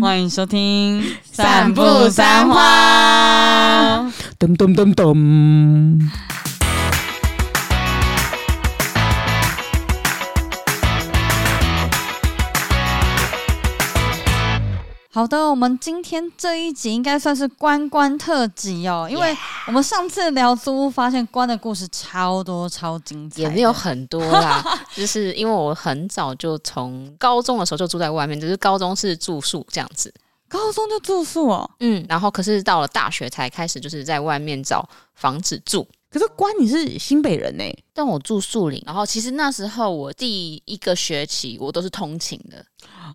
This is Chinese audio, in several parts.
欢迎收听《散步三花》。噔噔噔噔，好的，我们今天这一集应该算是关关特辑哦，因为我们上次聊租屋，发现关的故事超多，超精彩的，也没有很多啦， 就是因为我很早就从高中的时候就住在外面，只、是高中是住宿这样子，高中就住宿哦。嗯，然后可是到了大学才开始就是在外面找房子住，可是关你是新北人呢、欸但我住树林，然后其实那时候我第一个学期我都是通勤的，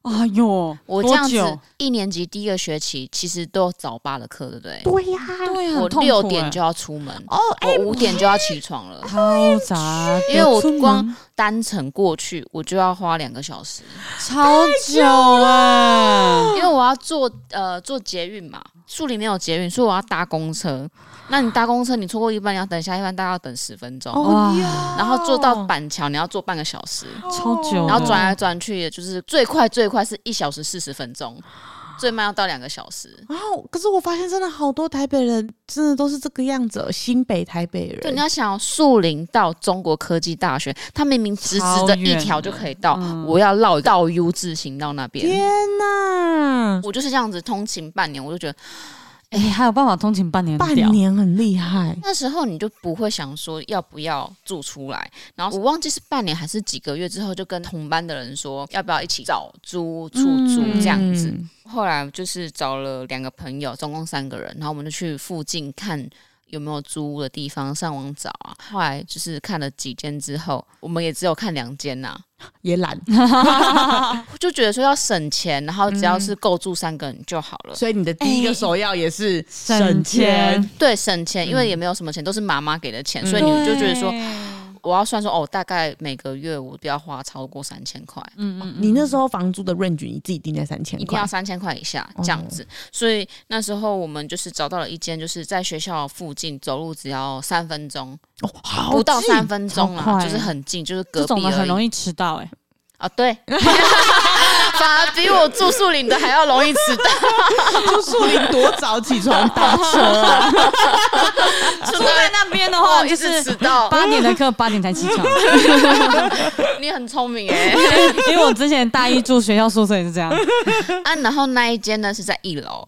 哎呦，我这多样久子？一年级第一个学期其实都有早八的课，对不对？对啊呀、对，我很痛苦六欸点就要出门，哦，哎、我五点就要起床了。超杂，因为我出门光单程过去我就要花两个小时，超久啊了，因为我要坐呃坐捷运嘛，树林没有捷运，所以我要搭公车。那你搭公车，你错过一班，你要等下一班，大概要等十分钟。哦哇，然后坐到板桥，你要坐半个小时，超久，然后转来转去，也就是最快最快是一小时四十分钟，最慢要到两个小时。啊，可是我发现真的好多台北人真的都是这个样子、哦，新北台北人。对，你要想树林到中国科技大学，它明明直直的一条就可以到超远的嗯，我要绕到 U 字形到那边。天哪，我就是这样子通勤半年，我就觉得哎，还有办法通勤半年，半年很厉害，那时候你就不会想说要不要住出来，然后我忘记是半年还是几个月之后，就跟同班的人说要不要一起找租出租这样子。嗯后来就是找了两个朋友，总共三个人，然后我们就去附近看有没有租屋的地方，上网找啊。后来就是看了几间之后，我们也只有看两间呐、也懒，就觉得说要省钱，然后只要是够住三个人就好了。所以你的第一个首要也是省钱，对，省钱，因为也没有什么钱，都是妈妈给的钱，所以你对就觉得说，我要算说哦，大概每个月我不要花超过三千块，嗯嗯，你那时候房租的 range 你自己定在三千一定块要，三千块以下哦这样子。所以那时候我们就是找到了一间，就是在学校附近，走路只要三分钟，哦，好不到近三分钟超啊，快就是很近，就是隔这种壁的很容易易迟到，哎，啊，对。 反而比我住宿领的还要容易迟 到，住树林多早起床打车啊，住在那边的 哦，话，一就直迟是到。八点的课，八点才起 床。你很聪明哎、因为我之前大一住学校宿舍也是这样，啊，然后那一间呢是在一楼，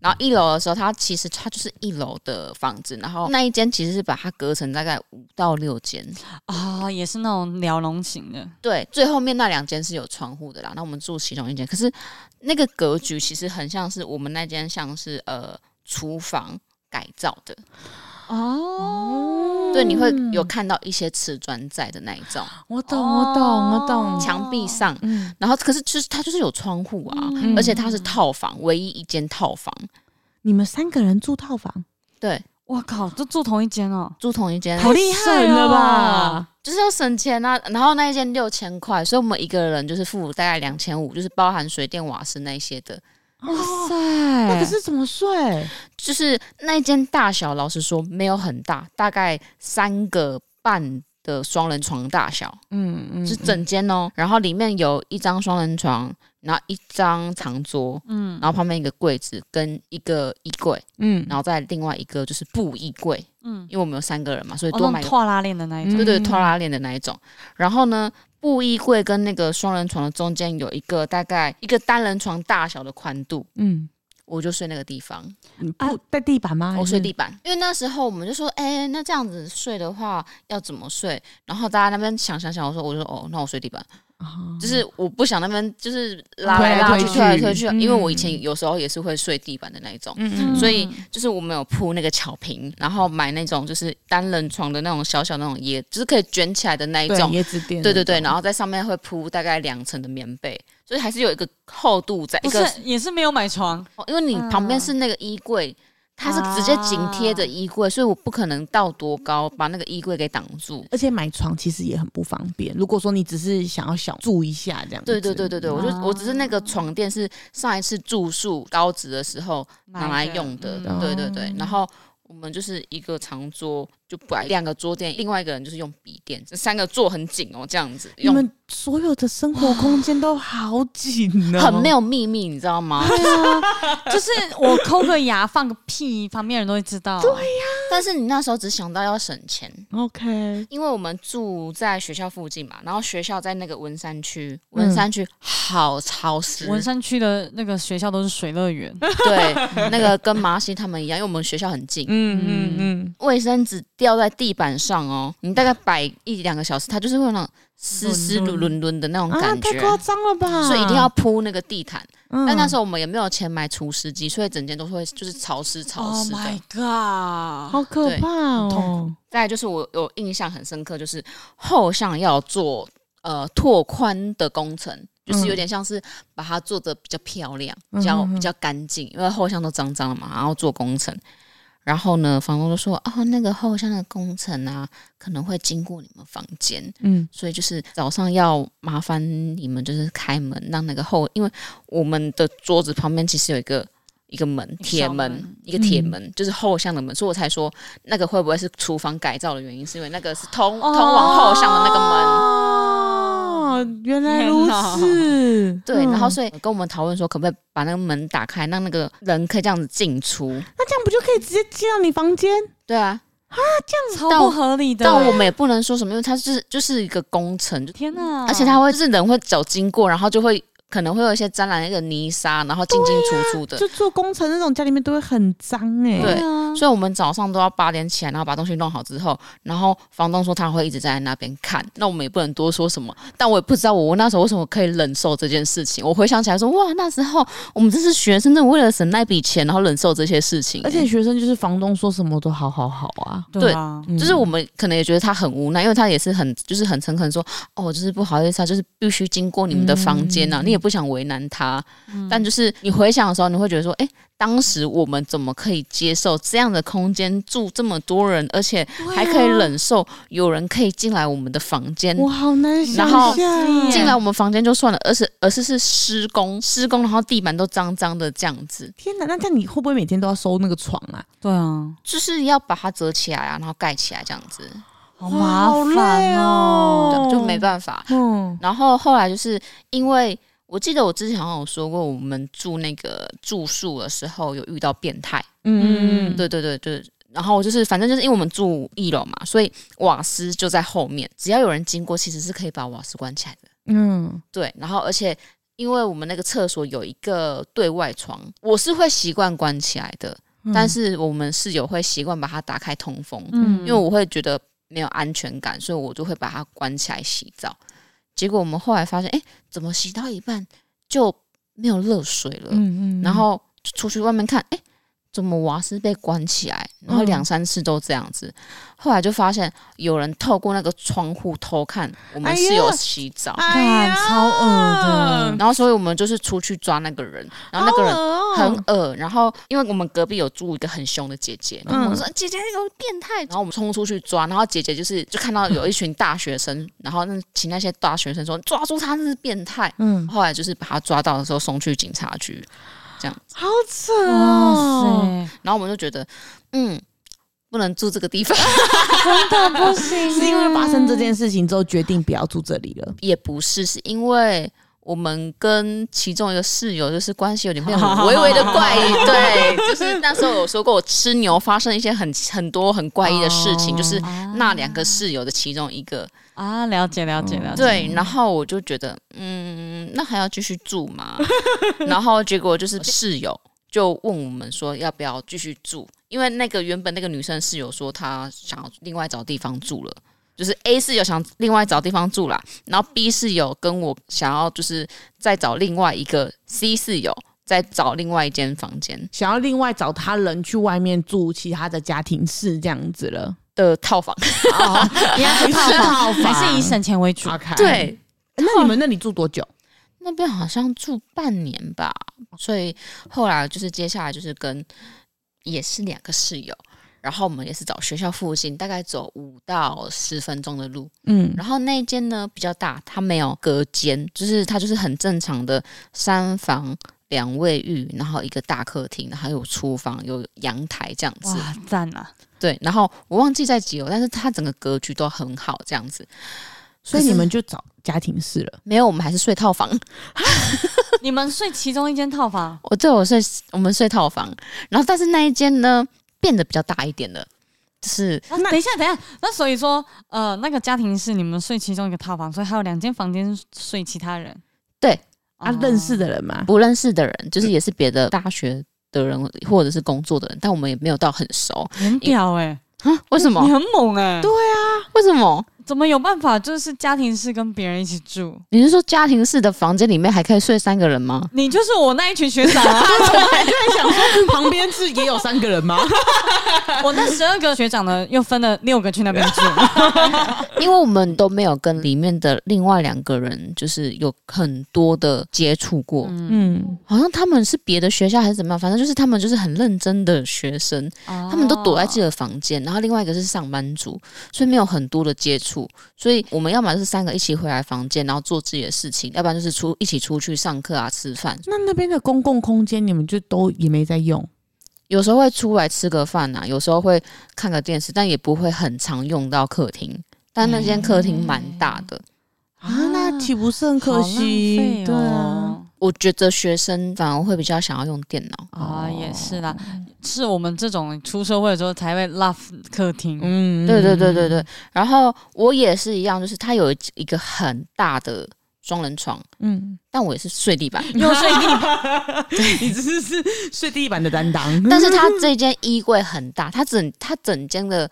然后一楼的时候，它其实它就是一楼的房子，然后那一间其实是把它隔成大概五到六间，啊、哦也是那种鸟笼型的，对，最后面那两间是有窗户的啦，那我们住其中一间，可是那个格局其实很像是我们那间像是呃厨房。改造的，哦，对，你会有看到一些瓷砖在的那一种，我懂，哦我懂，我懂。墙壁上，嗯，然后可是就是它就是有窗户啊，嗯而且它是套房，唯一一间套房，你们三个人住套房，对，我靠，就住同一间哦，住同一间，好厉害哦省了吧？就是要省钱啊，然后那一件六千块，所以我们一个人就是付大概两千五，就是包含水电瓦斯那一些的。哇塞，那可是怎么睡？就是那一间大小，老实说没有很大，大概三个半的双人床大小，嗯嗯是整间哦。然后里面有一张双人床，然后一张长桌，嗯然后旁边一个柜子跟一个衣柜，嗯然后再另外一个就是布衣柜，嗯，因为我们有三个人嘛，所以我多那嗯买种一个哦拖拉链的那一种，对嗯对，拖拉链的那一种。然后呢，布衣柜跟那个双人床的中间有一个大概一个单人床大小的宽度，嗯，我就睡那个地方，你不带地板吗？我哦睡地板。因为那时候我们就说，哎、那这样子睡的话要怎么睡？然后大家那边想想想，我说，我就说，哦，那我睡地板，啊，就是我不想那边就是拉来拉去、推推来来推去推去，嗯因为我以前有时候也是会睡地板的那一种。嗯所以就是我们有铺那个草坪，然后买那种就是单人床的那种小小那种椰，就是可以卷起来的那一对种，椰子店，对对对，然后在上面会铺大概两层的棉被，所以还是有一个厚度在，一不个是也是没有买床，哦因为你旁边是那个衣柜，它是直接紧贴着衣柜，所以我不可能到多高把那个衣柜给挡住。而且买床其实也很不方便。如果说你只是想要小住一下这样子，嗯对对对对对，我就我只是那个床垫是上一次住宿高职的时候拿来用的，嗯对对对。然后我们就是一个长桌，就摆两个桌垫，另外一个人就是用笔垫，这三个坐很紧哦，这样子你用们所有的生活空间都好紧哦呢、很没有秘密，你知道吗？啊就是我抠个牙放个屁，旁边人都会知道。对啊呀，但是你那时候只想到要省钱， OK，因为我们住在学校附近嘛，然后学校在那个文山区，嗯文山区好潮湿，文山区的那个学校都是水乐园，对那个跟麻西他们一样，因为我们学校很近，嗯嗯嗯，卫生纸掉在地板上哦，你大概摆一两个小时，它就是会有那种湿湿伦漉敦漉漉的那种啊，感太觉。夸张了吧！所以一定要铺那个地毯，嗯，但那时候候我们也没有钱买除湿机，所以整间都会就是潮湿潮 Oh 湿的。Oh god！好可对怕很哦痛。再来就是我有印象很深刻，就是后巷要做呃拓宽的工程，就是有点像是把它做的比较漂亮，比较比较干净，因为后巷都脏脏了嘛，然后做工程。然后呢，房东就说：“哦，那个后巷的工程啊，可能会经过你们房间，嗯，所以就是早上要麻烦你们就是开门，让那个后，因为我们的桌子旁边其实有一个一个门，个铁小门，门一个铁门，就是后巷的门，所以我才说那个会不会是厨房改造的原因，是因为那个是通、通往后巷的那个门。哦，原来如此。对，嗯然后所以跟我们讨论说，可不可以把那个门打开，让那个人可以这样子进出。那这样不就可以直接进到你房间？对啊，超不合理的。但我们也不能说什么，因为它就是就是一个工程，就天哪！而且它会就是人会走经过，然后就会可能会有一些沾染那个泥沙，然后进进出出的。就做工程那种，家里面都会很脏哎。对啊，所以我们早上都要八点起来，然后把东西弄好之后，然后房东说他会一直在那边看，那我们也不能多说什么。但我也不知道我那时候为什么可以忍受这件事情。我回想起来说，哇，那时候我们真是学生，真的为了省那笔钱，然后忍受这些事情、而且学生就是房东说什么都好好好啊，对啊，嗯就是我们可能也觉得他很无奈，因为他也是很就是很诚恳说，哦，就是不好意思啊，就是必须经过你们的房间啊，你也不想为难他，但就是你回想的时候，你会觉得说，哎、当时我们怎么可以接受这样的空间住这么多人，而且还可以忍受有人可以进来我们的房间？我好难想然后象。进来，我们房间就算了，而是而是是施工，施工，然后地板都脏脏的这样子，天哪，那这样你会不会每天都要收那个床啊？对啊，就是要把它折起来啊，然后盖起来这样子，好哇麻好累烦哦哦。对就没办法。嗯，然后后来就是因为我记得我之前好像有说过，我们住那个住宿的时候有遇到变态，嗯，对对对对。然后我就是，反正就是因为我们住一楼嘛，所以瓦斯就在后面，只要有人经过，其实是可以把瓦斯关起来的。嗯，对，然后而且因为我们那个厕所有一个对外窗，我是会习惯关起来的，嗯但是我们室友会习惯把它打开通风。嗯因为我会觉得没有安全感，所以我就会把它关起来洗澡。结果我们后来发现，哎，怎么洗到一半就没有热水了？嗯嗯，然后就出去外面看，哎，怎么瓦斯被关起来？然后嗯两三次都这样子，后来就发现有人透过那个窗户偷看我们哎室友呀洗澡。哎呀干超恶的然后，所以我们就是出去抓那个人，然后那个人很恶。然后，因为我们隔壁有住一个很凶的姐姐，然后我们说、姐姐有变态，然后我们冲出去抓，然后姐姐就是就看到有一群大学生，然后那请那些大学生说抓住他，这是变态。嗯，后来就是把他抓到的时候送去警察局，好扯哇哦，塞，然后我们就觉得，嗯，不能住这个地方，真的不行，是因为发生这件事情之后决定不要住这里了。也不是，是因为。我们跟其中一个室友就是关系有点变得微微的怪异，对，就是那时候有说过，我吃牛发生一些很很多很怪异的事情，就是那两个室友的其中一个，啊，了解了解了解，嗯对，然后我就觉得，嗯，那还要继续住吗？ 然后结果就是室友就问我们说要不要继续住，因为那个原本那个女生室友说她想要另外找地方住了。就是 A 室友想另外找地方住啦，然后 B 室友跟我想要就是再找另外一个 C 室友，再找另外一间房间想要另外找他人去外面住其他的家庭室这样子了，的套房。哦，应该是套房，还是以省钱为主。 OK。对，那你们那里住多久？那边好像住半年吧，所以后来就是接下来就是跟也是两个室友，然后我们也是找学校附近，大概走五到十分钟的路。嗯，然后那一间呢比较大，它没有隔间，就是它就是很正常的三房两卫浴，然后一个大客厅，然后有厨房有阳台这样子。哇，赞啊！对，然后我忘记在几楼，但是它整个格局都很好，这样子。所以你们就找家庭式了。没有，我们还是睡套房。你们睡其中一间套房，我对我睡我们睡套房，然后但是那一间呢变得比较大一点了，就是那等一下，等一下，那所以说，呃，那个家庭是你们睡其中一个套房，所以还有两间房间睡其他人。对哦，啊，认识的人嘛，不认识的人，就是也是别的大学的人或者是工作的人，但我们也没有到很熟你很屌哎、啊？为什你么？很猛哎、对为什么？怎么有办法就是家庭式跟别人一起住？你是说家庭式的房间里面还可以睡三个人吗？你就是我那一群学长 啊！旁边是也有三个人吗？我那十二个学长呢，又分了六个去那边 住。因为我们都没有跟里面的另外两个人就是有很多的接触过，嗯，好像他们是别的学校还是怎么样，反正就是他们就是很认真的学生，他他们都躲在自哦己的房间，然后另外一个是上班族，所以没有很多的接触，所以我们要么就是三个一起回来房间，然后做自己的事情，要不然就是出一起出去上课啊、吃饭，那那边的公共空间你们就都也没在用，有时候会出来吃个饭啊，有时候会看个电视，但也不会很常用到客厅。但那间客厅蛮大的，啊，那岂不是很可哦惜？对啊，。我觉得学生反而会比较想要用电脑。啊，哦也是啦，是我们这种出社会的时候才会 love 客厅。嗯对对对对对，然后我也是一样，就是它有一一个很大的双人床， 嗯，但我也是睡地板。又睡地板，你只是是睡地板的担当，但是它这间衣柜很大，它整它整间的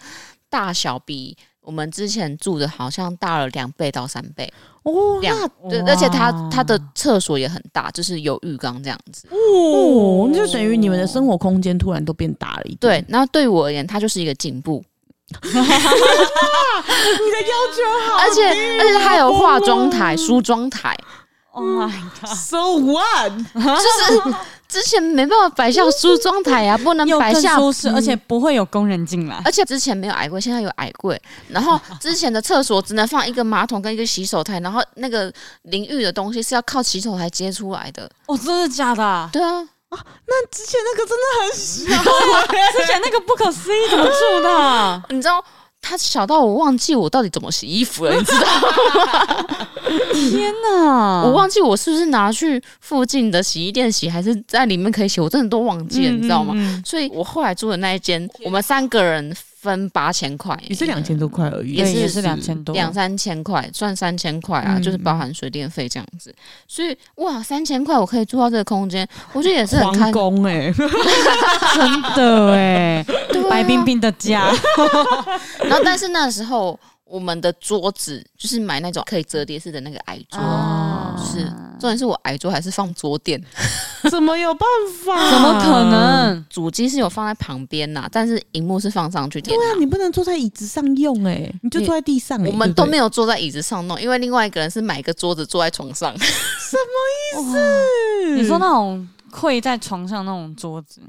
大小比我们之前住的好像大了两倍到三倍， 哦，两那对，哇而且它它的厕所也很大，就是有浴缸这样子。哦，那就等于你们的生活空间突然都变大了一点。对，，那对于我而言，它就是一个进步，你的要求好而且而且它有化妆哦台、梳妆 台， Oh my god！ ，so what？就是之前没办法摆下梳妆台啊，不能又摆更下舒适，而且不会有工人进来。而且之前没有矮柜，现在有矮柜。然后之前的厕所只能放一个马桶跟一个洗手台，然后那个淋浴的东西是要靠洗手台接出来的。哦，真的假的 啊？对啊，那之前那个真的很小，之前那个不可思议怎么住的啊？ 你知道它小到我忘记我到底怎么洗衣服了，你知道？天哪！ 我忘记我是不是拿去附近的洗衣店洗，还是在里面可以洗，我真的都忘记了，你知道吗？嗯所以我后来住的那一间，我们三个人分八千块，也是两千多块而已，也对是也是两千多，两三千块，算三千块啊，嗯就是包含水电费这样子。所以哇，三千块我可以住到这个空间，我觉得也是很开皇宫 哎，真的哎，欸白冰冰的家，啊然后但是那时候我们的桌子就是买那种可以折叠式的那个矮桌，啊就是重点是我矮桌还是放桌垫，怎么有办法？怎么可？能？主机是有放在旁边呐、但是荧幕是放上去电对啊，脑。你不能坐在椅子上用哎，你就坐在地上哎。我们都没有有坐在椅子上弄，因为另外一个人是买一个桌子坐在床上，你说那种跪在床上那种桌子，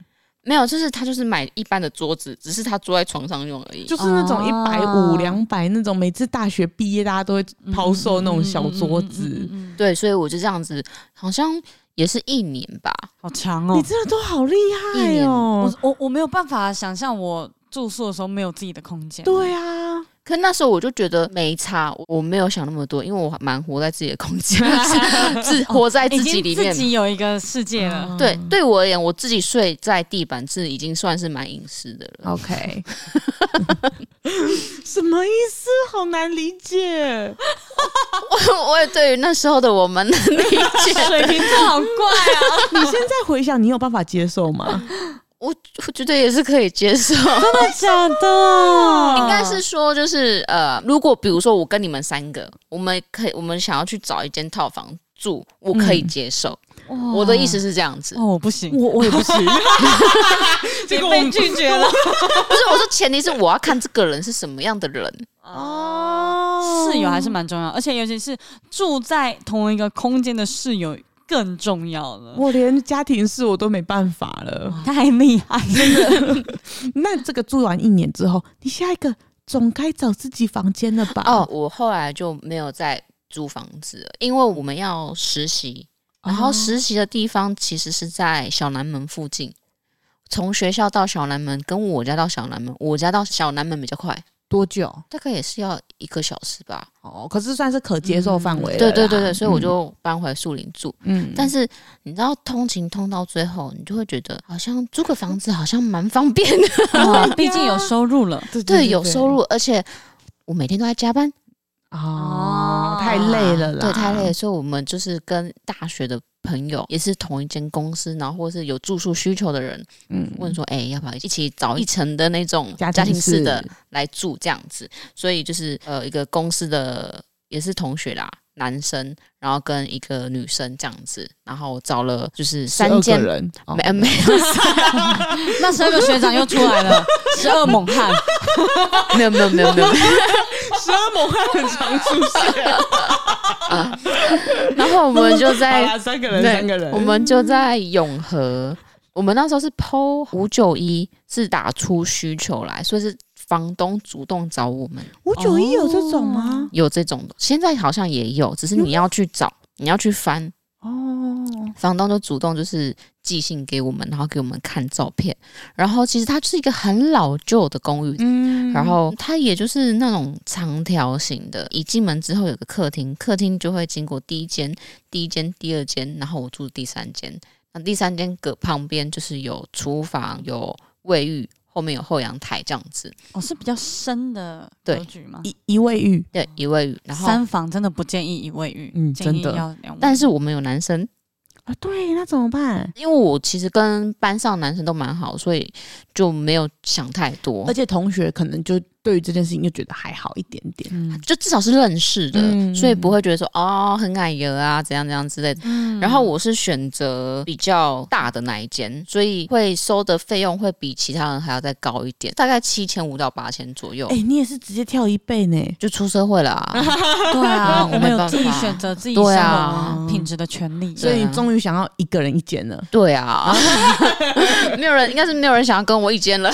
没有，就是他就是买一般的桌子，只是他坐在床上用而已。就是那种一百五、啊两百那种，每次大学毕业大家都会嗯抛售那种小桌子。嗯，嗯嗯对，所以我就这样子，好像也是一年吧。好强你哦！真的都好厉害哦我！我我没有办法想象我住宿的时候没有自己的空间。对啊，可那时候我就觉得没差，我没有想那么多，因为我蛮活在自己的空间， 自活在哦已自己经里自面。嗯己嗯有一个世界了，对，对我而言，我自己睡在地板是已经算是蛮隐私的了。 OK，什么意思？好难理解。我也对于那时候的我们能理解， 水瓶座好怪啊！ 你现在回想，你有办法接受吗？我我觉得也是可以接受。真的假的？应该是说，就是呃，如果比如说我跟你们三个，我们可以我们想要去找一间套房住，我可嗯以接受。我的意思是这样子，哦，我不行， 我我也不是，被拒绝了。不是，我说前提是我要看这个人是什么样的人，哦，室友还是蛮重要，而且尤其是住在同一个空间的室友更重要了。 我连家庭事我都没办法了。太厉害了！那这个住完一年之后，你下一个总该找自己房间了吧？哦，，我后来就没有再租房子了，因为我们要实习，然后实习的地方其实是在小南门附近。从学校到小南门，跟我家到小南门，我家到小南门比较快，多久？大概也是要一个小时吧。哦，可是算是可接受范围了啦、对对对对，所以我嗯就搬回树林住。嗯但是你知道，通勤通到最后，你就会觉得好像租个房子好像蛮方便的，哇毕竟有收入了，对对，有收入，而且我每天都在加班，哦，太累了啦，对，太累了。所以我们就是跟大学的朋友，也是同一间公司，然后或是有住宿需求的人，嗯问说，哎、要不要一起找一层的那种家家庭式式的来住这样子？所以就是呃，一个公司的也是同学啦。男生，然后跟一个女生这样子，然后找了就是三12间个，人，哦没 呃没那十二个学长又出来 了，十二猛汉。没有没有没有没有，十二猛汉很常出现， 然后我们就 好在啦啊三个人，对，三个人，我们就在永和，我们那时候是剖五九一，是打出需求来，所以是房东主动找我们，五九一有这种吗？有这种的，现在好像也有，只是你要去找，你要去翻，哦，房东就主动就是寄信给我们，然后给我们看照片，然后其实它就是一个很老旧的公寓。嗯然后它也就是那种长条形的，一进门之后有个客厅，客厅就会经过第一间、第一间、第二间，然后我住第三间。那第三间隔旁边就是有厨房、有卫浴，后面有后阳台这样子。哦，是比较深的对格局吗？一一卫浴，对，一卫浴。然后，三房真的不建议一卫浴，嗯建议真的要两卫但是我们有男生，啊，对，那怎么办？因为我其实跟班上男生都蛮好，所以就没有想太而多，且同学可能就对于这件事情就觉得还好一点点，嗯就至少是认识的，嗯所以不会觉得说哦很矮油啊怎样怎样之类的。嗯然后我是选择比较大的那一间，所以会收的费用会比其他人还要再高一点，大概七千五到八千左右。哎、你也是直接跳一倍呢，就出社会了、 啊，对啊， 我们没有办自己法选择自己生对活啊品质的权利，所以你对啊终于想要一个人一间了。对啊， 没有人，应该是没有人想要跟我一间了，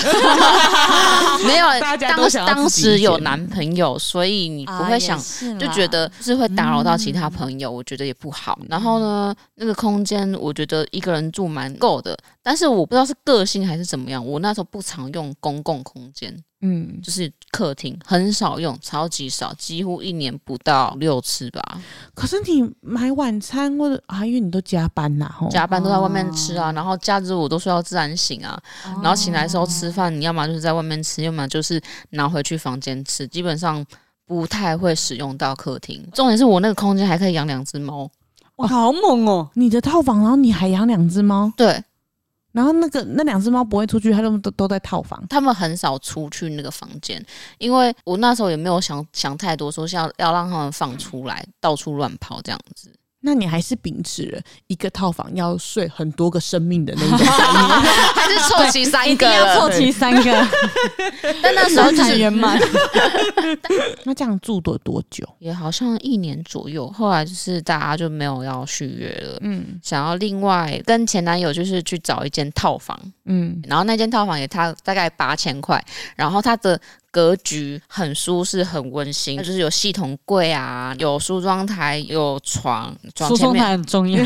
没有，大家都当时想要当自己一时间有男朋友，所以你不啊会想，，也是啦就觉得是会打扰到其他朋友，我觉得也不好。然后呢，那个空间我觉得一个人住蛮够的，但是我不知道是个性还是怎么样，我那时候不常用公共空间，嗯，就是客厅很少用，超级少，几乎一年不到六次吧。可是你买晚餐或者啊，因为你都加班呐、吼，加班都在外面吃啊，然后假日我都睡到自然醒啊，哦然后醒来的时候吃饭，你要么就是在外面吃，要么就是拿回去房间吃，基本上。不太会使用到客厅，重点是我那个空间还可以养两只猫。哇好猛哦，你的套房，然后你还养两只猫，对，然后那个那两只猫不会出去，它都都都在套房。他们很少出去那个房间，因为我那时候也没有想想太多，说是要要让他们放出来到处乱跑这样子。 那你还是秉持了一个套房要睡很多个生命的那种 概念还是凑齐一三个定要凑了，齐三 个，但那时候三就才是圆 满。那这样住多多久？也好像一年左右，后来就是大家就没有要续约了。嗯想要另外跟前男友就是去找一间套房，嗯，然后那间套房也他大概八千块，然后它的格局很舒适很温馨，就是有系统柜啊，有梳妆台，有床，床初前中面台很重要，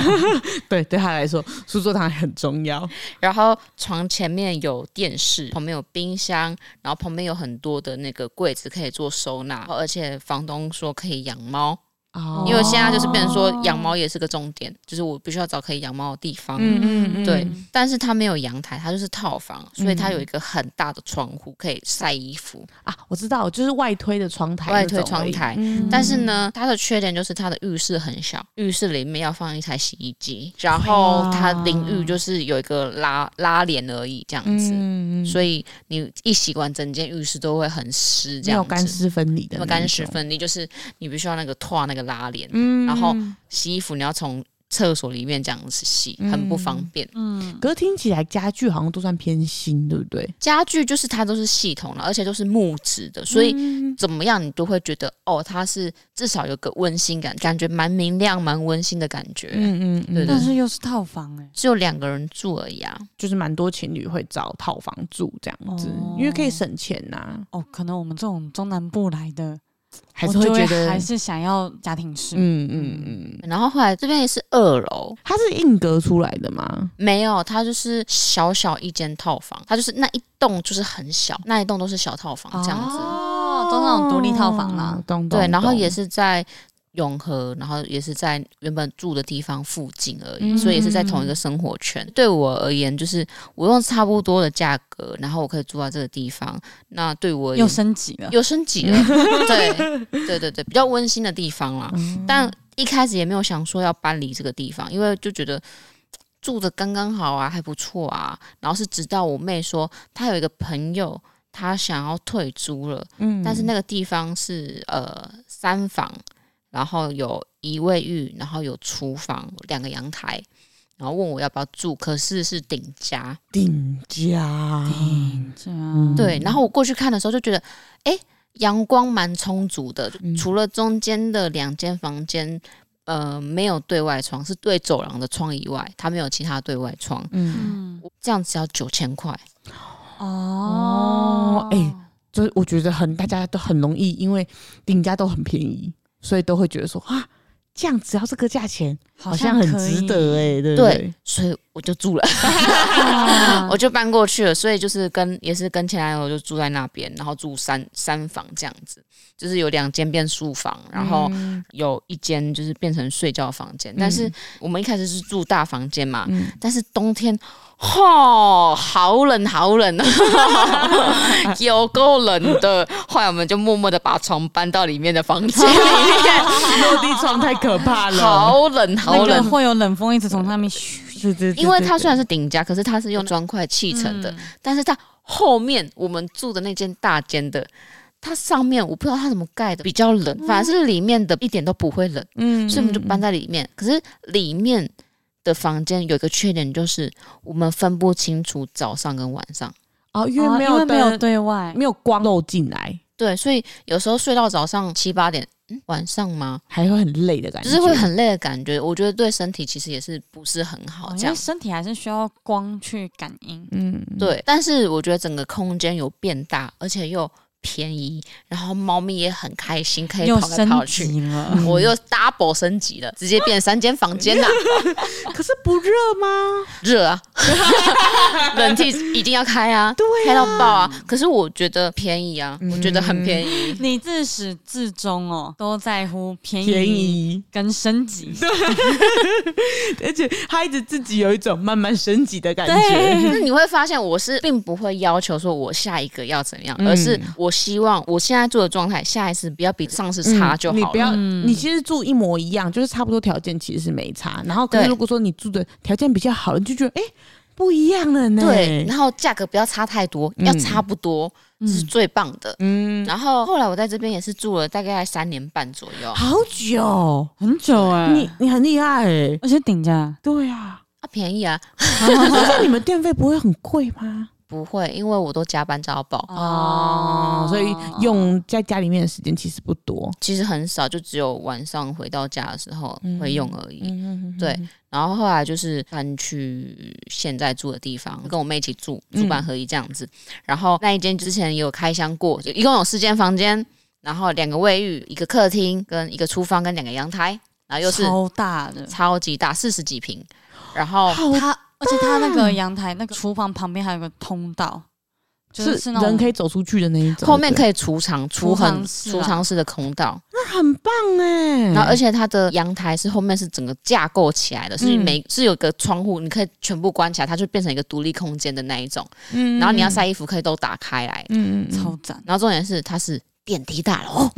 对，对他来说，书桌堂很重要。然后床前面有电视，旁边有冰箱，然后旁边有很多的那个柜子可以做收纳，而且房东说可以养猫，哦因为现在就是变成说养猫也是个重点，就是我必须要找可以养猫的地方。嗯嗯对，但是它没有阳台，它就是套房，所以它有一个很大的窗户可以晒衣服，啊，我知道，就是外推的窗台，外推窗。台。嗯但是呢，它的缺点就是它的浴室很小，浴室里面要放一台洗衣机，然后啊它淋浴就是有一个拉拉帘而已，这样子。嗯所以你一洗完，整间浴室都会很湿，嗯这没有样干子。湿分离的那没种，有干湿分离，就是你必须要那个拖那个拉帘，嗯然后洗衣服你要从厕所里面这样子洗，很不方便。嗯，可是听起来家具好像都算偏新，对不对？家具就是它都是系统了，而且都是木质的，所以嗯怎么样你都会觉得哦，它是至少有个温馨感，感觉蛮明亮、蛮温馨的感觉。嗯嗯对但对是又是套房哎、只有两个人住而已啊，就是蛮多情侣会找套房住这样子，哦因为可以省钱呐、哦，可能我们这种中南部来的，还我是会就觉得，还是想要家庭式。嗯嗯嗯，然后后来这边也是二楼，它是硬隔出来的吗？没有，它就是小小一间套房，它就是那一栋就是很小，那一栋都是小套房这样子。哦，都那种独立套房啦哦，，懂懂对，然后也懂是在永和，然后也是在原本住的地方附近而已，嗯所以也是在同一个生活圈。对我而言，就是我用差不多的价格，然后我可以住到这个地方，那对我而哦言又升级了。有升级了，对对对对，比较温馨的地方啦。但一开始也没有想说要搬离这个地方，因为就觉得。住的刚刚好啊，还不错啊。然后是直到我妹说，她有一个朋友，她想要退租了，嗯但是那个地方是呃三房，然后有一卫浴，然后有厨房，两个阳台，然后问我要不要住，可是是顶加，顶家，这样对，然后我过去看的时候就觉得，哎，阳光蛮充足的，嗯除了中间的两间房间。呃，没有对外窗，是对走廊的窗以外，它没有其他对外窗。嗯，嗯，这样只要九千块，哦哦，哎就是我觉得很大家都很容易，因为顶家都很便宜，所以都会觉得说啊，这样只要这个价钱，好好像很可以值 得哎、对不对，所以我就住了。啊 我就搬过去了，所以就是跟也是跟前男友就住在那边，然后住三三房这样子，就是有两间变书房，然哦嗯后有一间就是变成睡觉房间。但是我们一开始是住大房间嘛，嗯但是冬天，吼，好冷好冷， 有够冷的。后来我们就默默的把床搬到里面的房间里面，落地窗太可怕了，好冷好那个冷。会有冷风一直从上面嘘，对，对对因为它对虽然是顶加，可是它是用砖块砌成的，但是它后面我们住的那间大间的，它上面我不知道它怎么盖的，比较冷，反而是里面的一点都不会冷，嗯所以我们就搬在里面。可是里面的房间有一个缺点，就是我们分不清楚早上跟晚上。哦，因哦为没有因为没有灯对外，没有光漏进来，对，所以有时候睡到早上七八点，嗯，晚上吗？还会很累的感就觉，是会很累的感觉。我觉得对身体其实也是不是很好哦，这因为样。身体还是需要光去感应。嗯，对，但是我觉得整个空间有变大，而且又便宜，然后猫咪也很开心，可以又跑来升跑去。嗯级了，我又 double 升级了，直接变三间房间啦。可是不热吗？热啊，冷气一定要开啊，对啊开到爆啊！可是我觉得便宜啊，我觉得很便宜。 你自始至终哦都在乎便便宜宜，跟升 级，而且他一直自己有一种慢慢升级的感觉，那你会发现，我是并不会要求说我下一个要怎样，嗯而是我希望我现在住的状态，下一次不要比上次差就你好不了。要，嗯你其实住一模一样，就是差不多条件其实是没差。然后，可是对如果说你住的条件比较好，你就觉得哎、诶不一样了呢。对，然后价格不要差太多，嗯要差不多是最棒的。嗯，然后后来我在这边也是住了大概三年半左右，好久，很久哎、你你很厉害哎、而且顶着嗯对啊，啊，便宜啊， 可是你们电费不会很贵吗？不会，因为我都加班加到爆，哦，所以用在家里面的时间其实不多。其实很少，就只有晚上回到家的时候会用而已。嗯，对，然后后来就是搬去现在住的地方，跟我妹一起住，嗯住板合一这样子。然后那一间之前也有开箱过，一共有四间房间，然后两个卫浴、一个客厅、跟一个厨房跟两个阳台，然后又是超大的，超级大，四十几平。然后它而且它那个阳台那个厨房旁边还有个通道，就是是是那种人可以走出去的那一种。后面以，可以储藏，储储很藏室啊嗯储藏室的空道，那很棒哎。然后而呃且它的阳台是后面是整个架构起来的，是嗯每是有个窗户，你可以全部关起来，它就变成一个独立空间的那一种。嗯，然后你要晒衣服可以都打开来，嗯，嗯嗯，超 赞，然后重点是它是电梯大楼，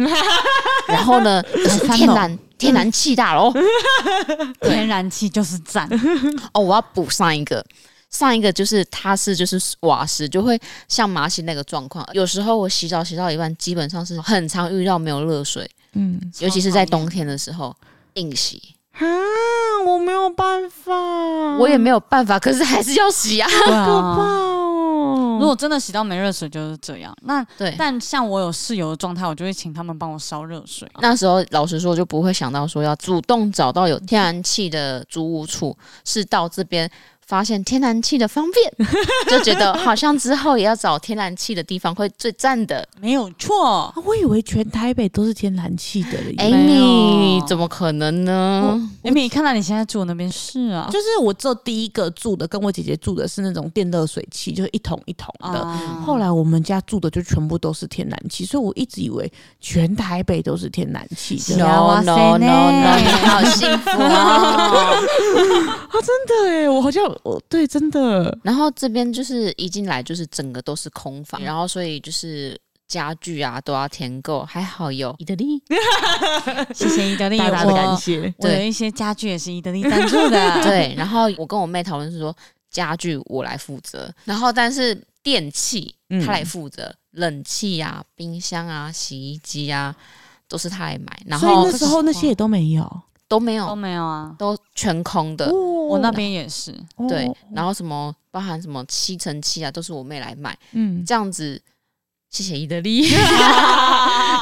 然后呢又是天然天然气大楼。天然气就是 赞，哦，我要补上一个。上一个就是它是就是瓦斯，就会像马西那个状况。有时候我洗澡洗到一半，基本上是很常遇到没有热水，嗯， 尤其是在冬天的时候硬洗。啊，我没有办法，我也没有办法，可是还是要洗啊。好可啊怕哦。如果真的洗到没热水就是这样。那对，但像我有室友的状态，我就会请他们帮我烧热水。那时候老实说，就不会想到说要主动找到有天然气的租屋处，是到这边发现天然气的方便， 就觉得好像之后也要找天然气的地方会最赞的。没有错，啊我以为全台北都是天然气的嘞，哎、没有你怎么可能呢？艾米，看来哎你现在住的那边是啊，就是我只有第一个住的，跟我姐姐住的是那种电热水器，就是一桶一桶的。啊后来我们家住的就全部都是天然气，所以我一直以为全台北都是天然气是的。啊 no 哇塞 no no no，呢你好幸福 哦。真的哎，我好像我对真的然后这边就是一进来就是整个都是空嗯房，然后所以就是家具啊都要填够，还好有意大利， 谢谢意大利，大大的我感谢。我有一些家具也是意大利赞助 的， 对。然后我跟我妹讨论是说家具我来负责，然后但是电器嗯她来负责，冷气啊、冰箱啊、洗衣机啊都是她来买，然所以后那时哦候那些也都没有。都没都有，没有啊。都全空的。我我那边也是，哦对，然后什么包含什么吸尘器啊，都是我妹来买，嗯，这样子谢谢意大 利。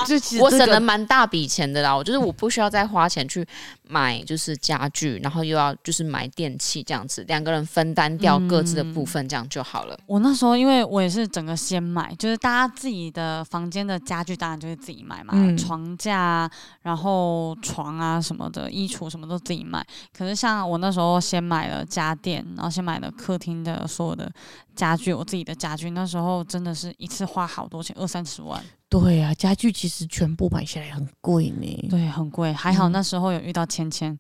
就其实啊我这省个了蛮大笔钱的啦，我就是我不需要再花钱去买就是家具，然后又要就是买电器这样子，两个人分担掉各自的嗯部分，这样就好了。我那时候因为我也是整个先买，就是大家自己的房间的家具，当然就是自己买嘛，嗯床架啊，然后床啊什么的，衣橱什么都自己买。可是像我那时候先买了家电，然后先买了客厅的所有的家具，我自己的家具，那时候真的是一次花好多钱，二三十万，对啊，家具其实全部买下来很贵 呢。对，很贵。还好嗯那时候有遇到芊芊，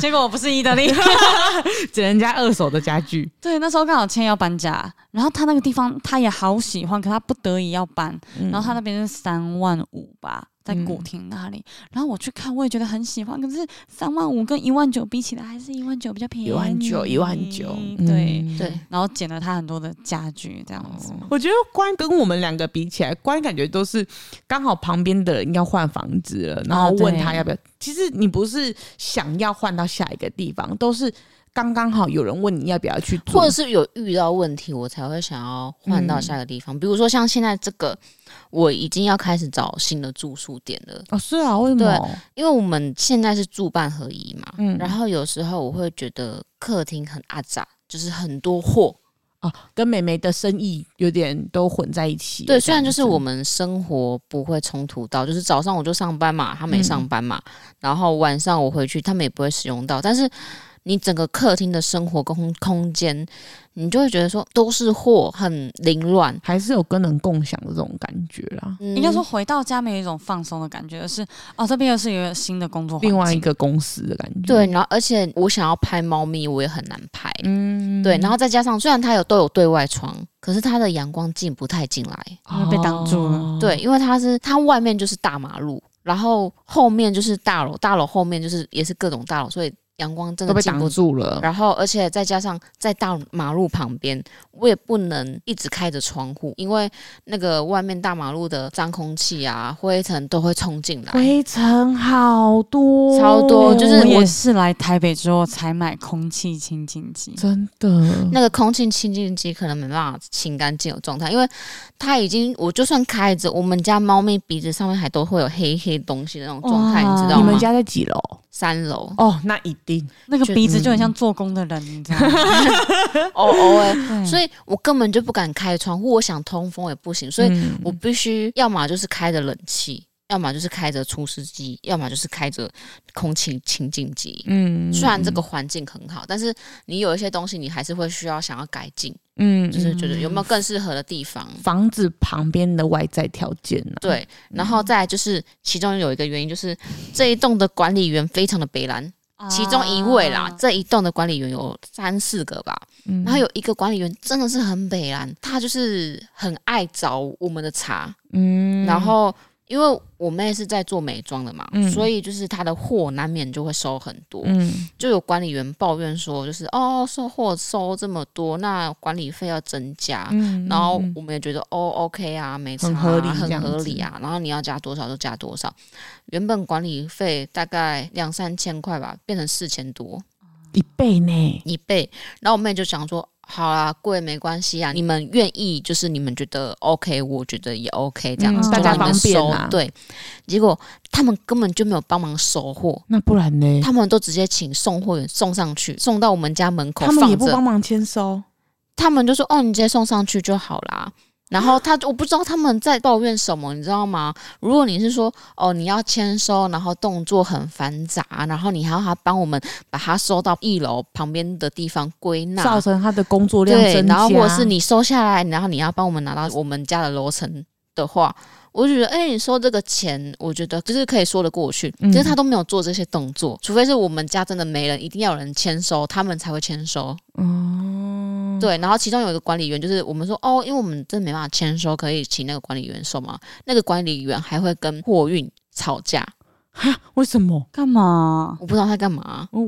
结果我不是意大利。只能家二手的家具， 对，那时候刚好芊要搬家，然后他那个地方他也好喜欢，可他不得已要搬，嗯然后他那边是三万五吧，在嗯古亭那里。然后我去看，我也觉得很喜欢，可是三万五跟一万九比起来，还是一万九比较便宜。一万九，一万九，对。嗯对，然后捡了他很多的家具，这样子。我觉得关跟我们两个比起来，关感觉都是刚好旁边的人要换房子了，然后问他要不要。其实你不是想要换到下一个地方，都是刚刚好有人问你要不要去住或者。是有遇到问题，我才会想要换到嗯下个地方。比如说像现在这个，我已经要开始找新的住宿点了，哦，是啊，为什么？因为我们现在是住办合一嘛。嗯然后有时候我会觉得客厅很阿杂，就是很多货。哦，跟美眉的生意有点都混在一起了。对，虽然这就样是子我们生活不会冲突到，就是早上我就上班嘛，嗯他们也上班嘛，然后晚上我回去，他们也不会使用到，但是。你整个客厅的生活空空间，你就会觉得说都是货，很凌乱。还是有跟人共享的这种感觉啦。嗯应该说回到家没有一种放松的感觉，而是哦，这边又是一个新的工作环境另外一个公司的感觉，哦对，，然后而且我想要拍猫咪，我也很难拍。嗯对，然后再加上虽然它有都有对外窗，可是它的阳光进不太进来。因为被挡住哦了嗯对，因为它是它外面就是大马路，然后后面就是大楼，大楼后面就是也是各种大楼，所以阳光真都的被进挡不。住了。然后，而且再加上在大马路旁边，我也不能一直开着窗户，因为那个外面大马路的脏空气啊、灰尘都会冲进来。灰尘好多，超多就是哦我我也是来台北之后才买空气清净机，真的。那个空气清净机可能没办法清干净的状态，因为它已经，我就算开着，我们家猫咪鼻子上面还都会有黑黑东西的那种状态，你知道你吗？们家在几楼？三楼，哦，那一定那个就鼻子嗯就很像做工的人，你知道吗？ 哦哦哎，对所以我根本就不敢开窗户，我想通风也不行，所以嗯我必须要么就是开着冷气，要么就是开着除湿机，要么就是开着空气清净机。嗯虽然这个环境很好，但是你有一些东西你还是会需要想要改进，嗯就是觉得有没有更适合的地方。房子旁边的外在条件呢、，对，嗯然后再来就是其中有一个原因就是这一栋的管理员非常的北蓝，其中一位啦，啊这一栋的管理员有三四个吧，嗯然后有一个管理员真的是很北蓝，他就是很爱找我们的茬，嗯然后因为我妹是在做美妆的嘛，嗯所以就是她的货难免就会收很多。嗯，就有管理员抱怨说，就是哦，收货收这么多，那管理费要增加。嗯啊然后我们也觉得哦，OK 啊，没差、啊，很合理这很样合子理啊。然后你要加多少就加多少，原本管理费大概两三千块吧，变成四千多一倍呢，一倍。然后我妹就想说，好啦，贵没关系啊，你们愿意就是你们觉得 OK，我觉得也 OK 这样嗯子，大就家让你们方便收啊对，结果他们根本就没有帮忙收货，那不然呢？他们都直接请送货员送上去，送到我们家门口他们也放不帮着。忙签收，他们就说：“哦，你直接送上去就好啦。”然后他，我不知道他们在抱怨什么，你知道吗？如果你是说，哦，你要签收，然后动作很繁杂，然后你还要他帮我们把它收到一楼旁边的地方归纳造，成他的工作量对增，加。然后或者是你收下来，然后你要帮我们拿到我们家的楼层的话，我就觉得，哎、你收这个钱，我觉得就是可以说得过去。嗯可是他都没有做这些动作，除非是我们家真的没人，一定要有人签收，他们才会签收。哦，对，然后其中有一个管理员，就是我们说，哦，因为我们真的没办法签收，可以请那个管理员收嘛。那个管理员还会跟货运吵架，哈，为什么？干嘛？我不知道他干嘛、哦，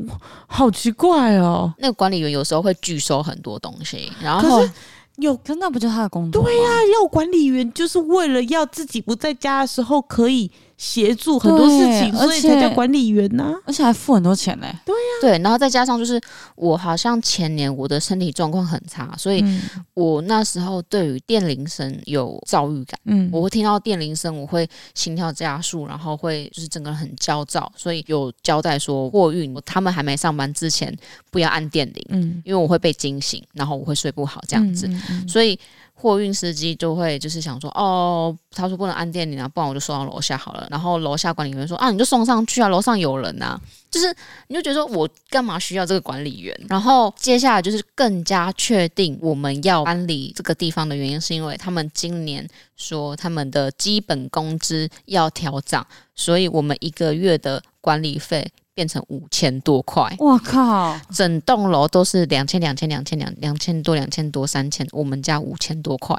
好奇怪哦。那个管理员有时候会拒收很多东西，然后可是有可是那不就是他的工作？对呀、要管理员就是为了要自己不在家的时候可以协助很多事情，对所以而才且叫管理员呐、而且还付很多钱嘞、对，然后再加上就是我好像前年我的身体状况很差，所以嗯我那时候对于电铃声有躁郁感。嗯我会听到电铃声，我会心跳加速，然后会就是整个人很焦躁，所以有交代说货运他们还没上班之前不要按电铃，嗯因为我会被惊醒，然后我会睡不好这样子。嗯嗯嗯所以货运司机就会就是想说，哦，他说不能按电铃啊，不然我就送到楼下好了。然后楼下管理员说，啊，你就送上去啊，楼上有人啊。就是你就觉得说我干嘛需要这个管理员？然后接下来就是更加确定我们要搬离这个地方的原因，是因为他们今年说他们的基本工资要调涨，所以我们一个月的管理费变成五千多块。我靠！整栋楼都是两千、两千、两千、两两千多、两千多、三千，我们家五千多块，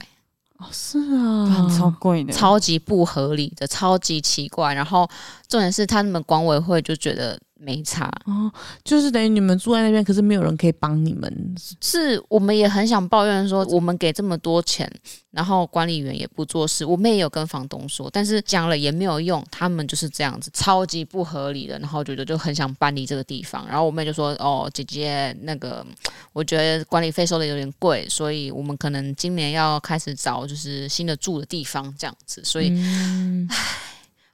哦是干超啊，贵的，超级不合理的，超级奇怪。然后重点是他们管委会就觉得没差，哦，就是等于你们住在那边，可是没有人可以帮你们，是我们也很想抱怨说，我们给这么多钱，然后管理员也不做事，我们也有跟房东说，但是讲了也没有用，他们就是这样子，超级不合理的。然后觉得就很想搬离这个地方，然后我妹就说：“哦，姐姐，那个我觉得管理费收的有点贵，所以我们可能今年要开始找就是新的住的地方这样子。”所以，嗯唉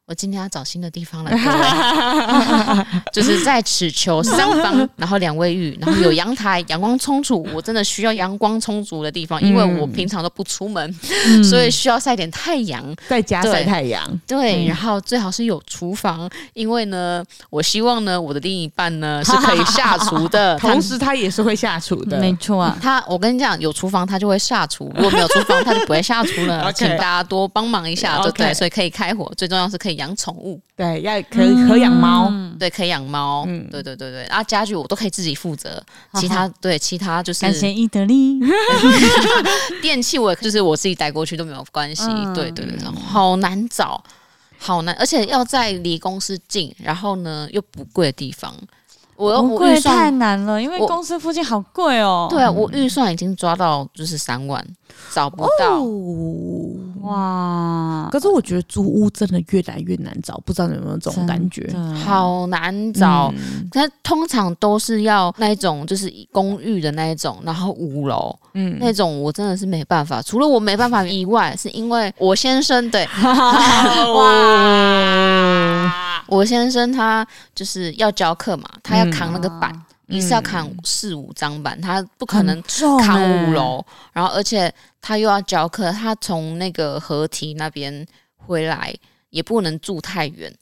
我今天要找新的地方了，各位。 就是在此求三房，然后两卫浴，然后有阳台，阳光充足。我真的需要阳光充足的地方，因为我平常都不出门，嗯所以需要晒点太阳。在家对晒太阳。。对，然后最好是有厨房，因为呢，我希望呢，我的另一半呢是可以下厨的 同时，他也是会下厨的。没错啊。他，我跟你讲，有厨房他就会下厨，如果没有厨房他就不会下 厨了。哦 OK 请大家多帮忙一下，对不对 OK 所以可以开火，最重要是可以养宠物，对，要可以可养猫。嗯对，可以养猫，嗯对对对对。啊，家具我都可以自己负 责，其他对其他就是感谢伊德利，电器我也就是我自己带过去都没有关系。嗯对对对，好难找，好难，而且要在离公司近，然后呢又不贵的地方。我又不我预贵太算，难了，因为我公司附近好贵哦。对啊，我预算已经抓到就是三万，找哦不到。哇，可是我觉得租屋真的越来越难找，不知道你有没有这种感觉？真的，好难找，嗯它通常都是要那一种就是公寓的那一种，然后五楼，嗯，那种我真的是没办法。除了我没办法以外，是因为我先生 对，哦哇，我先生他就是要教课嘛，他要扛那个板，一次要扛四五张板，他不可能嗯很重扛欸五楼，然后而且他又要教课，他从那个合体那边回来也不能住太远。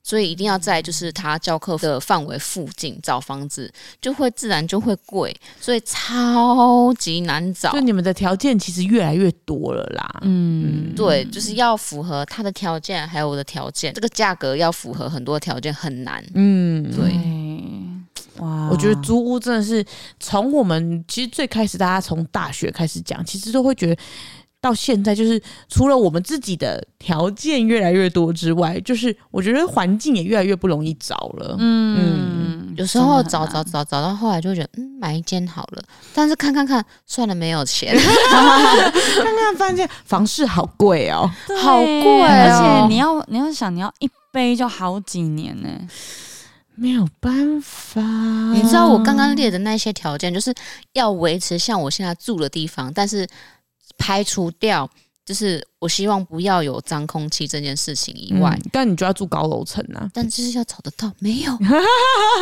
所以一定要在嗯就是他教课的范围附近找房子，就会自然就会贵，所以超级难找就。你们的条件其实越来越多了啦。嗯，对，就是要符合他的条件，还有我的条件，这个价格要符合很多条件，很难。嗯，对对，哇，我觉得租屋真的是从我们其实最开始大家从大学开始讲，其实都会觉得到现在，就是除了我们自己的条件越来越多之外，就是我觉得环境也越来越不容易找了。嗯，有时候找真的找很难找找到后来就会觉得，嗯，买一间好了，但是看看看，算了，没有钱，刚刚发现房市好贵哦，对好贵而哦且你要你要想，你要一杯就好几年呢、没有办法。你知道我刚嗯刚列的那些条件，就是要维持像我现在住的地方，但是排除掉就是我希望不要有脏空气这件事情以外，嗯但你就要住高楼层啊。但就是要找得到，没 有，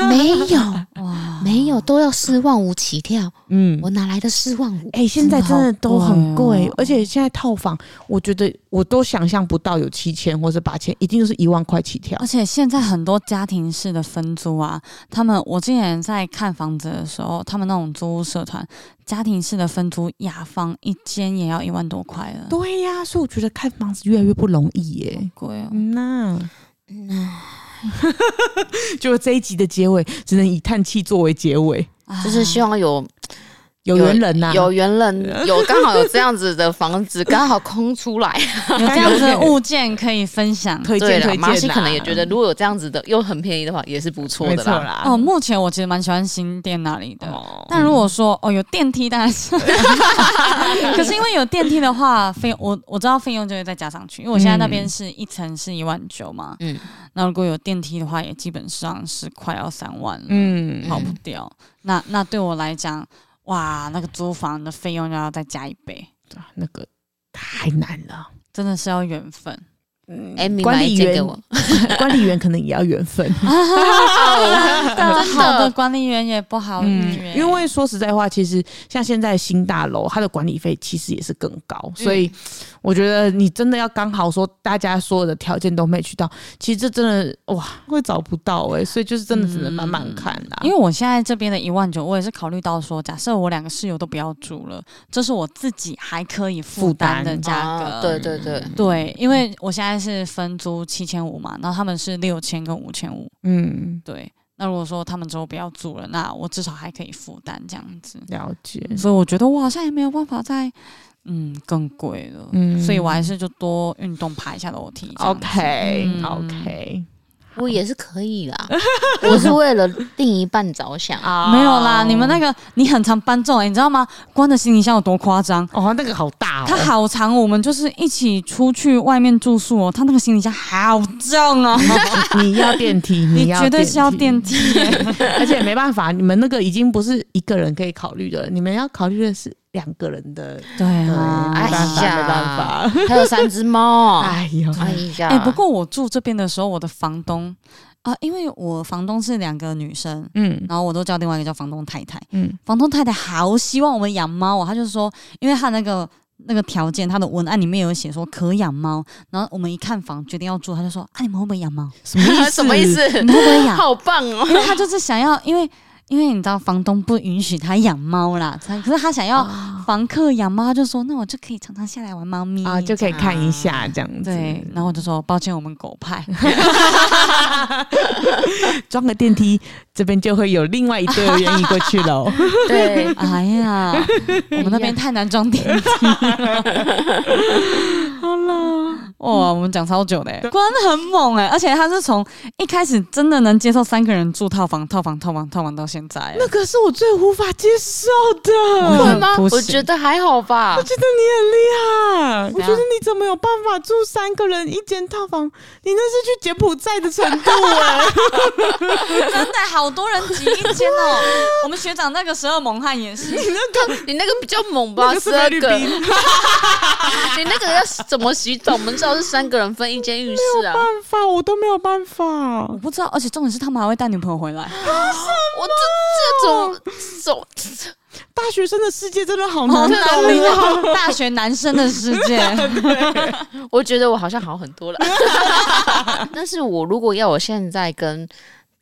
没有，哇，没有，都要四万五起跳，嗯我哪来的四万五？哎、现在真的都很真的好贵贵哦，而且现在套房，我觉得我都想象不到有七千或者八千，一定是一万块起跳而。且现在很多家庭式的分租啊，他们我之前在看房子的时候，他们那种租屋社团家庭式的分租，雅房一间也要一万多块了，对呀、所以我觉得看房子越来越不容易耶、好贵哦。嗯呐、嗯啊 就这一集的结尾只能以叹气作为结尾，就是希望有有缘人呐、有缘 人，有刚好有这样子的房子，刚好空出来。有这样子的物件可以分享。推 对荐了推，荐啦，马西可啊能也觉得，如果有这样子的又很便宜的话，也是不错没的错啦。啦。哦，目前我其实蛮喜欢新店那里的，哦但如果说哦有电梯，当然是，可是因为有电梯的话，费用我我知道费用就会再加上去，因为我现在那边是一层是一万九嘛，嗯，那如果有电梯的话，也基本上是快要三万了，嗯，跑不掉。那那对我来讲，哇，那个租房的费用要再加一倍，哦那个太难了。真的是要缘分。哎，你管买理一间给员我， 管理员可能也要缘分， 好的管理员也不好约，嗯因为说实在话，其实像现在新大楼，它的管理费其实也是更高，嗯所以我觉得你真的要刚好说大家所有的条件都没去到，其实这真的哇会找不到哎、所以就是真的只能慢慢看啦。嗯因为我现在这边的一万九，我也是考虑到说，假设我两个室友都不要住了，这是我自己还可以负担的负担价格。啊对对对，对，因为我现在是分租七千五嘛，然后他们是六千跟五千五。嗯，对，那如果说他们之后不要住了，那我至少还可以负担这样子。了解，所以我觉得我好像也没有办法再嗯更贵了，嗯所以我还是就多运动爬一下楼梯这样子。 OK 嗯 OK 我也是可以 啦，我是为了另一半着想啊。啊没有啦，你们那个你很常搬重、欸，你知道吗？关的行李箱有多夸张？哦那个好大哦，它 好长，我们就是一起出去外面住宿哦。它那个行李箱好重哦，你要电梯，你要绝对是要电梯，梯。欸 而且没办法，你们那个已经不是一个人可以考虑的了，你们要考虑的是两个人的。对啊，对哎没办法没办呀 法，还有三只猫， 哎哎呦，呀，哎、不过我住这边的时候，我的房东啊、因为我房东是两个女生，嗯然后我都叫另外一个叫房东太太。嗯，房东太太好希望我们养猫、哦，她就说，因为她那个那个条件，她的文案里面有写说可养猫，然后我们一看房决定要住，她就说啊，你们会不会养猫？ 什么意思？什么意？思你？们会不会养？好棒哦！因为她就是想要，因为因为你知道房东不允许她养猫啦，她可是她想要房客养猫，她就说那我就可以常常下来玩猫咪哦啊，就可以看一下这样子，对，然后我就说抱歉，我们狗派。装个电梯，这边就会有另外一对的愿意过去喽。对，哎呀， 我们那边太难装电梯了。好啦，哇，我们讲超久的、欸，关很猛哎、而且他是从一开始真的能接受三个人住套房，套房，套房，套房到现在、欸 那。个是我最无法接受的，我会吗？不行我觉得还好吧我。觉得你很厉害，我觉得怎样你怎么有办法住三个人一间套房？你那是去柬埔寨的程 度哎、 真的好多人挤一间哦、 我们学长那个时候蒙汉也是， 你那个比较猛那吧，个是十菲二律个，宾，你那个要怎么洗澡？我们知道是三个人分一间浴室啊。办法我都没有办法我。不知道，而且重点是他们还会带女朋友回来。我这这种这种大学生的世界真的好好难难懂明啊！啊！哦大学男生的世 界，我觉得我好像好很多了。 但是我如果要我现在跟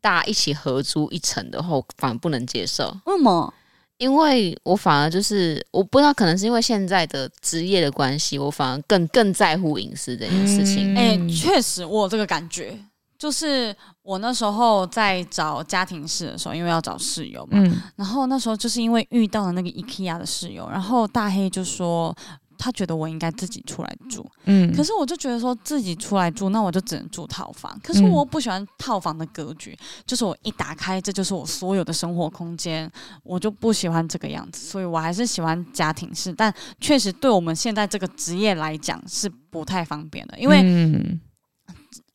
大家一起合租一层的话，我反而不能接受，为什么？因为我反而就是我不知道，可能是因为现在的职业的关系，我反而更更在乎隐私这件事情。哎、嗯确实我有这个感觉，就是我那时候在找家庭室的时候，因为要找室友嘛，嗯然后那时候就是因为遇到了那个 IKEA 的室友，然后大黑就说。他觉得我应该自己出来住，嗯可是我就觉得说自己出来住，那我就只能住套房。可是嗯我又不喜欢套房的格局，就是我一打开，这就是我所有的生活空间，我就不喜欢这个样子，所以我还是喜欢家庭式。但确实对我们现在这个职业来讲是不太方便的，因为、嗯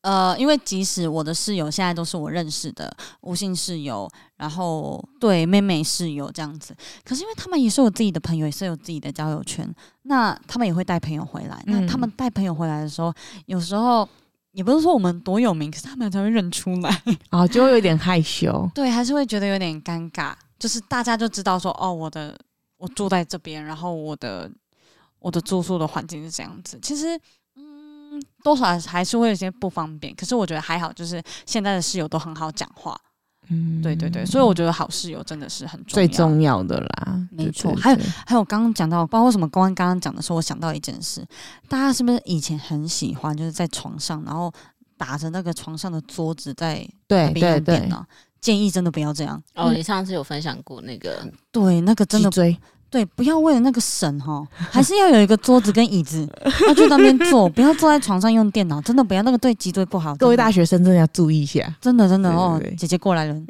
呃，因为即使我的室友现在都是我认识的吴姓室友，然后对妹妹室友这样子，可是因为他们也是我自己的朋友，也是有自己的交友圈，那他们也会带朋友回来。那他们带朋友回来的时候，有时候也不是说我们多有名，可是他们才会认出来，啊，就会有点害羞。对，还是会觉得有点尴尬，就是大家就知道说，哦，我的我住在这边，然后我的我的住宿的环境是这样子。其实，嗯，多少还是会有些不方便，可是我觉得还好，就是现在的室友都很好讲话，嗯，对对对，所以我觉得好室友真的是很重最要。重要的啦，没对错对还有对还有刚刚讲到，包括什么公安刚刚讲的时候，我想到一件事，大家是不是以前很喜欢就是在床上，然后打着那个床上的桌子在那对边对用电对，脑？建议真的不要这样，哦，你上次有分享过那个，对，那个真的脊椎对，不要为了那个省哈，还是要有一个桌子跟椅子，要去那边坐，不要坐在床上用电脑，真的不要，那个对脊椎不好。各真的位大学生真的要注意一下。真的真的对对哦对，姐姐过来人。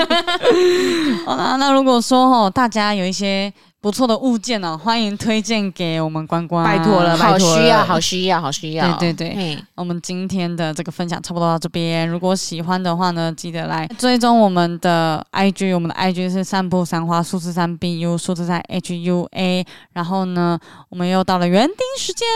好啦，那如果说哦，大家有一些不错的物件呢、欢迎推荐给我们关关，拜托了嗯好拜托需要，了好需要，好需要。对对对对，我们今天的这个分享差不多到这边。如果喜欢的话呢，记得来追踪我们的 IG，我们的 IG 是散步三花数字三 BU 数字三 HUA。然后呢，我们又到了园丁时间。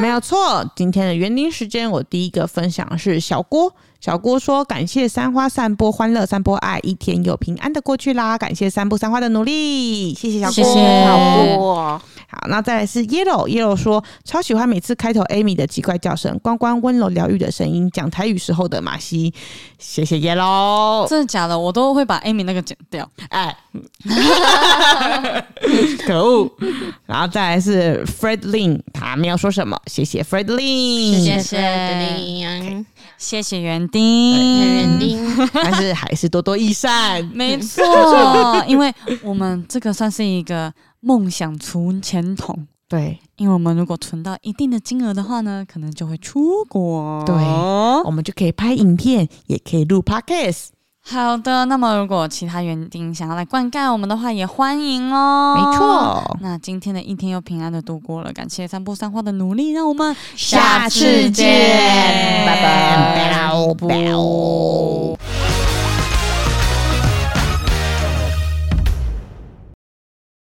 没有错，今天的园丁时间，我第一个分享的是小郭。小郭说：“感谢三花散播欢乐，散播爱，一天又平安的过去啦！感谢三步三花的努力，谢谢小郭。谢谢好多哦，好，那再来是 Yellow。Yellow 说：超喜欢每次开头 Amy 的奇怪叫声，关关温柔疗愈的声音，讲台语时候的马西。谢谢 Yellow。真的假的？我都会把 Amy 那个剪掉。哎， 可恶！然后再来是 Fred Lin，他没有说什么，谢谢 Fred Lin。谢谢谢谢园丁，。园丁。但是还是多多益善 没错，因为我们这个算是一个梦想存钱筒。对，因为我们如果存到一定的金额的话呢，可能就会出国。对我们就可以拍影片，也可以录 podcast。好的，那么如果其他园丁想要来灌溉我们的话，也欢迎哦。没错那今天的一天又平安的度过了，感谢三步三花的努力，让我们下次见拜拜拜拜